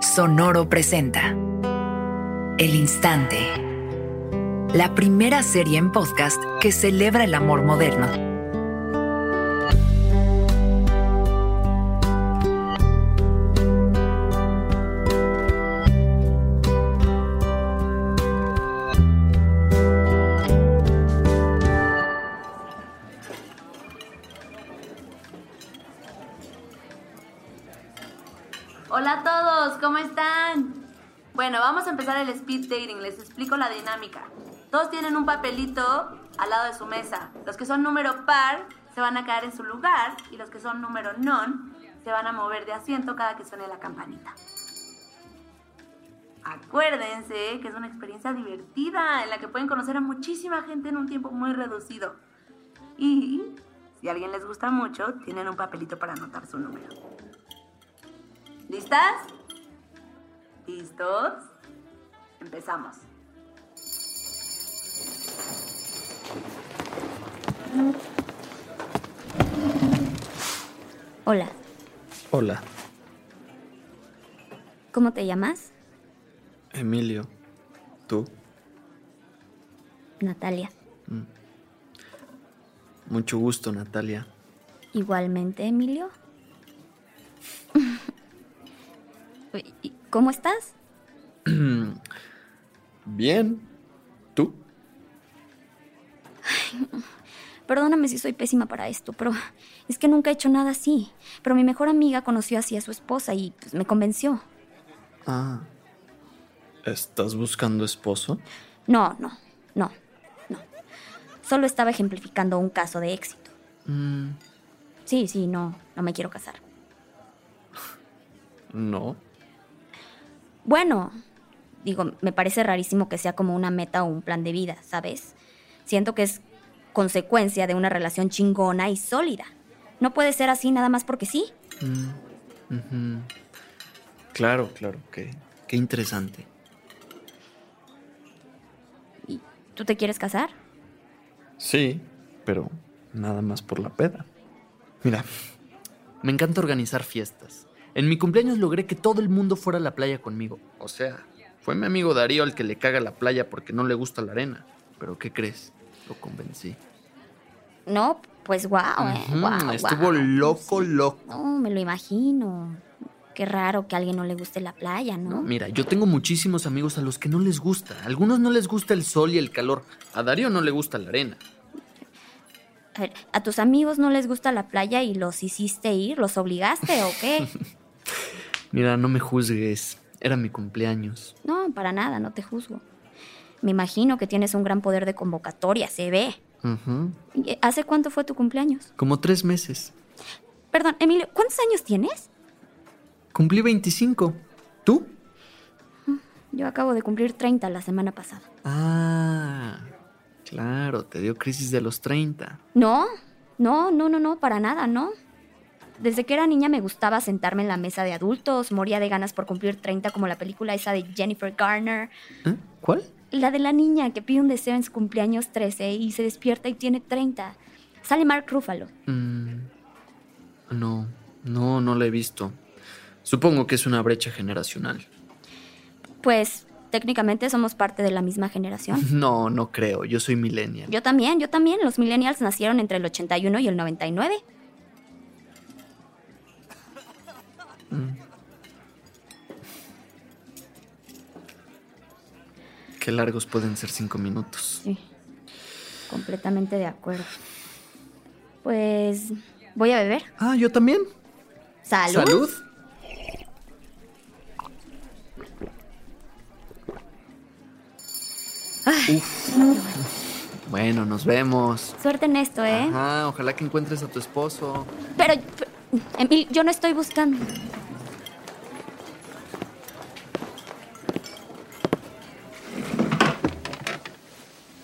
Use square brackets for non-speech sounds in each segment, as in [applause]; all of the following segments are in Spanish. Sonoro presenta El Instante, la primera serie en podcast que celebra el amor moderno. Hola a todos, ¿cómo están? Bueno, vamos a empezar el speed dating, les explico la dinámica. Todos tienen un papelito al lado de su mesa. Los que son número par se van a quedar en su lugar y los que son número non se van a mover de asiento cada que suene la campanita. Acuérdense que es una experiencia divertida en la que pueden conocer a muchísima gente en un tiempo muy reducido. Y si a alguien les gusta mucho, tienen un papelito para anotar su número. ¿Listas? ¿Listos? Empezamos. Hola, Hola, ¿cómo te llamas? Emilio. ¿Tú? Natalia. Mucho gusto, Natalia. Igualmente, Emilio. [laughs] Uy, ¿y ¿Cómo estás? Bien. ¿Tú? Perdóname si soy pésima para esto, pero es que nunca he hecho nada así. Pero mi mejor amiga conoció así a su esposa y pues, me convenció. Ah. ¿Estás buscando esposo? No, no, no, no. Solo estaba ejemplificando un caso de éxito. Mm, Sí, sí, no, no me quiero casar. no. Bueno, digo, me parece rarísimo que sea como una meta o un plan de vida, ¿sabes? Siento que es consecuencia de una relación chingona y sólida. No puede ser así nada más porque sí. Mm, ujú. Claro, claro. Qué, qué interesante. ¿Y tú te quieres casar? Sí, pero nada más por la peda. Mira, me encanta organizar fiestas. En mi cumpleaños logré que todo el mundo fuera a la playa conmigo. O sea, fue mi amigo Darío el que le caga la playa porque no le gusta la arena. Pero ¿qué crees? Lo convencí. No, pues wow, Ujú, eh. guau, estuvo guau. loco, Sí. loco. No, me lo imagino. Qué raro que a alguien no le guste la playa, ¿no? Mira, yo tengo muchísimos amigos a los que no les gusta. A algunos no les gusta el sol y el calor. A Darío no le gusta la arena. A, ver, ¿a tus amigos no les gusta la playa y los hiciste ir, los obligaste o [laughs] qué? Mira, no me juzgues. Era mi cumpleaños. No, para nada, no te juzgo. Me imagino que tienes un gran poder de convocatoria, se ve. Ujú. ¿Y, eh, ¿Hace cuánto fue tu cumpleaños? Como tres meses. Perdón, Emilio, ¿cuántos años tienes? Cumplí 25. ¿Tú? Yo acabo de cumplir 30 la semana pasada. Ah, claro, te dio crisis de los 30. No, no, no, no, no, para nada, no. Desde que era niña me gustaba sentarme en la mesa de adultos, moría de ganas por cumplir 30 como la película esa de Jennifer Garner, ¿Eh? ¿Cuál? la de la niña que pide un deseo en su cumpleaños 13 y se despierta y tiene 30. Sale Mark Ruffalo. Mm, no, no, no la he visto. Supongo que es una brecha [laughs] generacional. Pues técnicamente somos parte de la misma generación. No, no creo, yo soy millennial. Yo también, yo también. Los millennials nacieron entre el 81 y el 99. Qué largos pueden ser cinco minutos. Sí, completamente de acuerdo. Pues voy a beber. Ah, yo también. Salud. Uf. Bueno, nos vemos. Suerte en esto, ¿eh? Ajá, ojalá que encuentres a tu esposo. Pero, pero, Emil, yo no estoy buscando.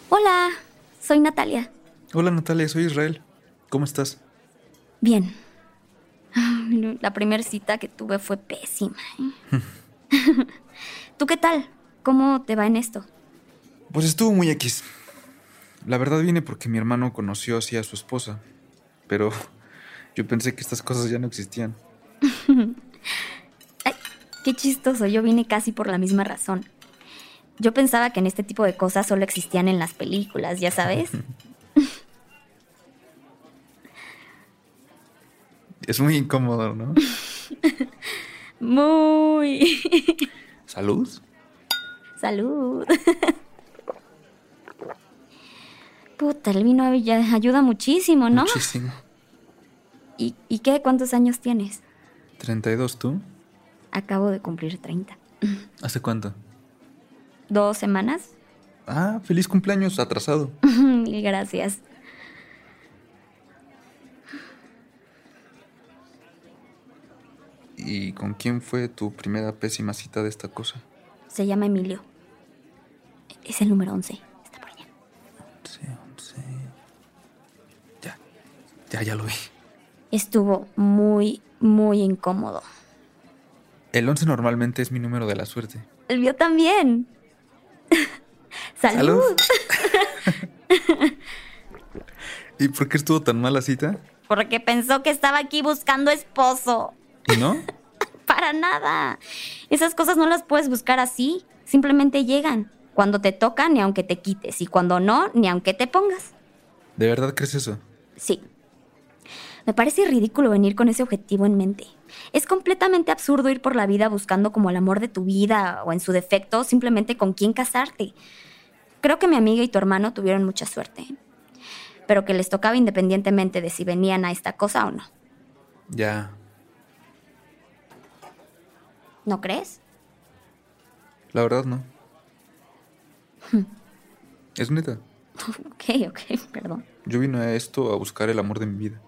Hola, soy Natalia. Hola Natalia, soy Israel. ¿Cómo estás? Bien. Ay, La primera cita que tuve fue pésima. ¿eh? [laughs] ¿Tú qué tal? ¿Cómo te va en esto? Pues estuvo muy X. La verdad viene porque mi hermano conoció así a su esposa. Pero [laughs] yo pensé que estas cosas ya no existían. Qué chistoso, yo vine casi por la misma razón. Yo pensaba que en este tipo de cosas solo existían en las películas, ya sabes. Es muy incómodo, ¿no? Muy. [laughs] Salud. Salud. [laughs] Puta, el vino ay- ya ayuda muchísimo, ¿no? Muchísimo. ¿Y, ¿Y qué? ¿Cuántos años tienes? 32 tú. Acabo de cumplir 30. ¿Hace cuánto? ¿Dos semanas? [laughs] Ah, feliz cumpleaños atrasado. Mil gracias. ¿Y con quién fue tu primera pésima cita de esta cosa? Se llama Emilio. Es el número 11. Está por allá. Sí, sí. Ya, ya, ya lo vi. Estuvo muy, muy incómodo. El 11 normalmente es mi número de la suerte. El mío también. [laughs] Salud. [laughs] ¿Y por qué estuvo tan mala cita? Porque pensó que estaba aquí buscando esposo. ¿Y no? Para nada. Esas cosas no las puedes buscar así. Simplemente llegan. Cuando te tocan, ni aunque te quites. Y cuando no, ni aunque te pongas. ¿De verdad crees eso? Sí. Me parece ridículo venir con ese objetivo en mente. Es completamente absurdo ir por la vida buscando como el amor de tu vida o en su defecto simplemente con quién casarte. Creo que mi amiga y tu hermano tuvieron mucha suerte, pero que les tocaba independientemente de si venían a esta cosa o no. Ya. ¿No crees? La verdad no. Es neta. Ok, ok, [laughs] perdón. Yo vine a esto a buscar el amor de mi vida.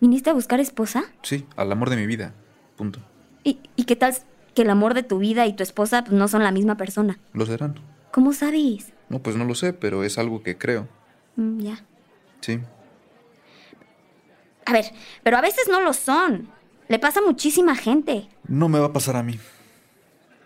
¿Viniste a buscar esposa? Sí, al amor de mi vida. Punto. ¿Y, y qué tal que el amor de tu vida y tu esposa pues, no son la misma persona? ¿Lo serán? ¿Cómo sabes? No, pues no lo sé, pero es algo que creo. Mm, ya. Sí. A ver, pero a veces no lo son. Le pasa a muchísima gente. No me va a pasar a mí.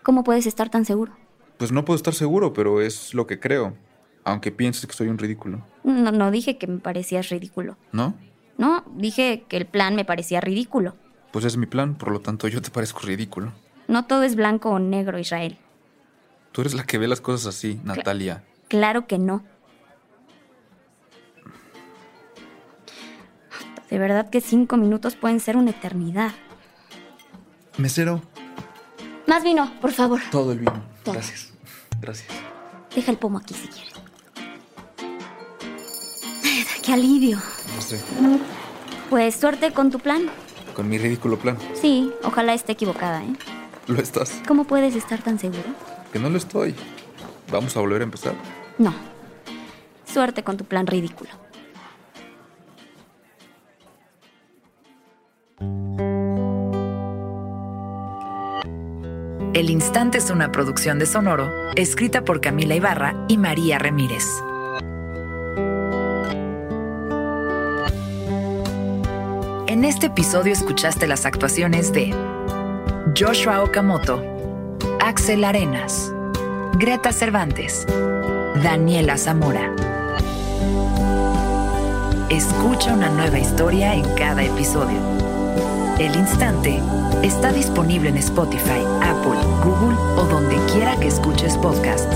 ¿Cómo puedes estar tan seguro? Pues no puedo estar seguro, pero es lo que creo. Aunque pienses que soy un ridículo. No, no dije que me parecías ridículo. ¿No? No, dije que el plan me parecía ridículo. Pues es mi plan, por lo tanto yo te parezco ridículo. No todo es blanco o negro, Israel. Tú eres la que ve las cosas así, Natalia. Claro que no. De verdad que cinco minutos pueden ser una eternidad. Mesero. Más vino, por favor. Todo el vino. Todo. Gracias. Gracias. Deja el pomo aquí si quieres. [laughs] ¡Qué alivio! No sé. Pues suerte con tu plan. Con mi ridículo plan. Sí, ojalá esté equivocada, ¿eh? Lo estás. ¿Cómo puedes estar tan seguro? Que no lo estoy. Vamos a volver a empezar. No. Suerte con tu plan ridículo. El Instante es una producción de Sonoro, escrita por Camila Ibarra y María Ramírez. En este episodio escuchaste las actuaciones de Joshua Okamoto, Axel Arenas, Greta Cervantes, Daniela Zamora. Escucha una nueva historia en cada episodio. El Instante está disponible en Spotify, Apple, Google o donde quiera que escuches podcasts.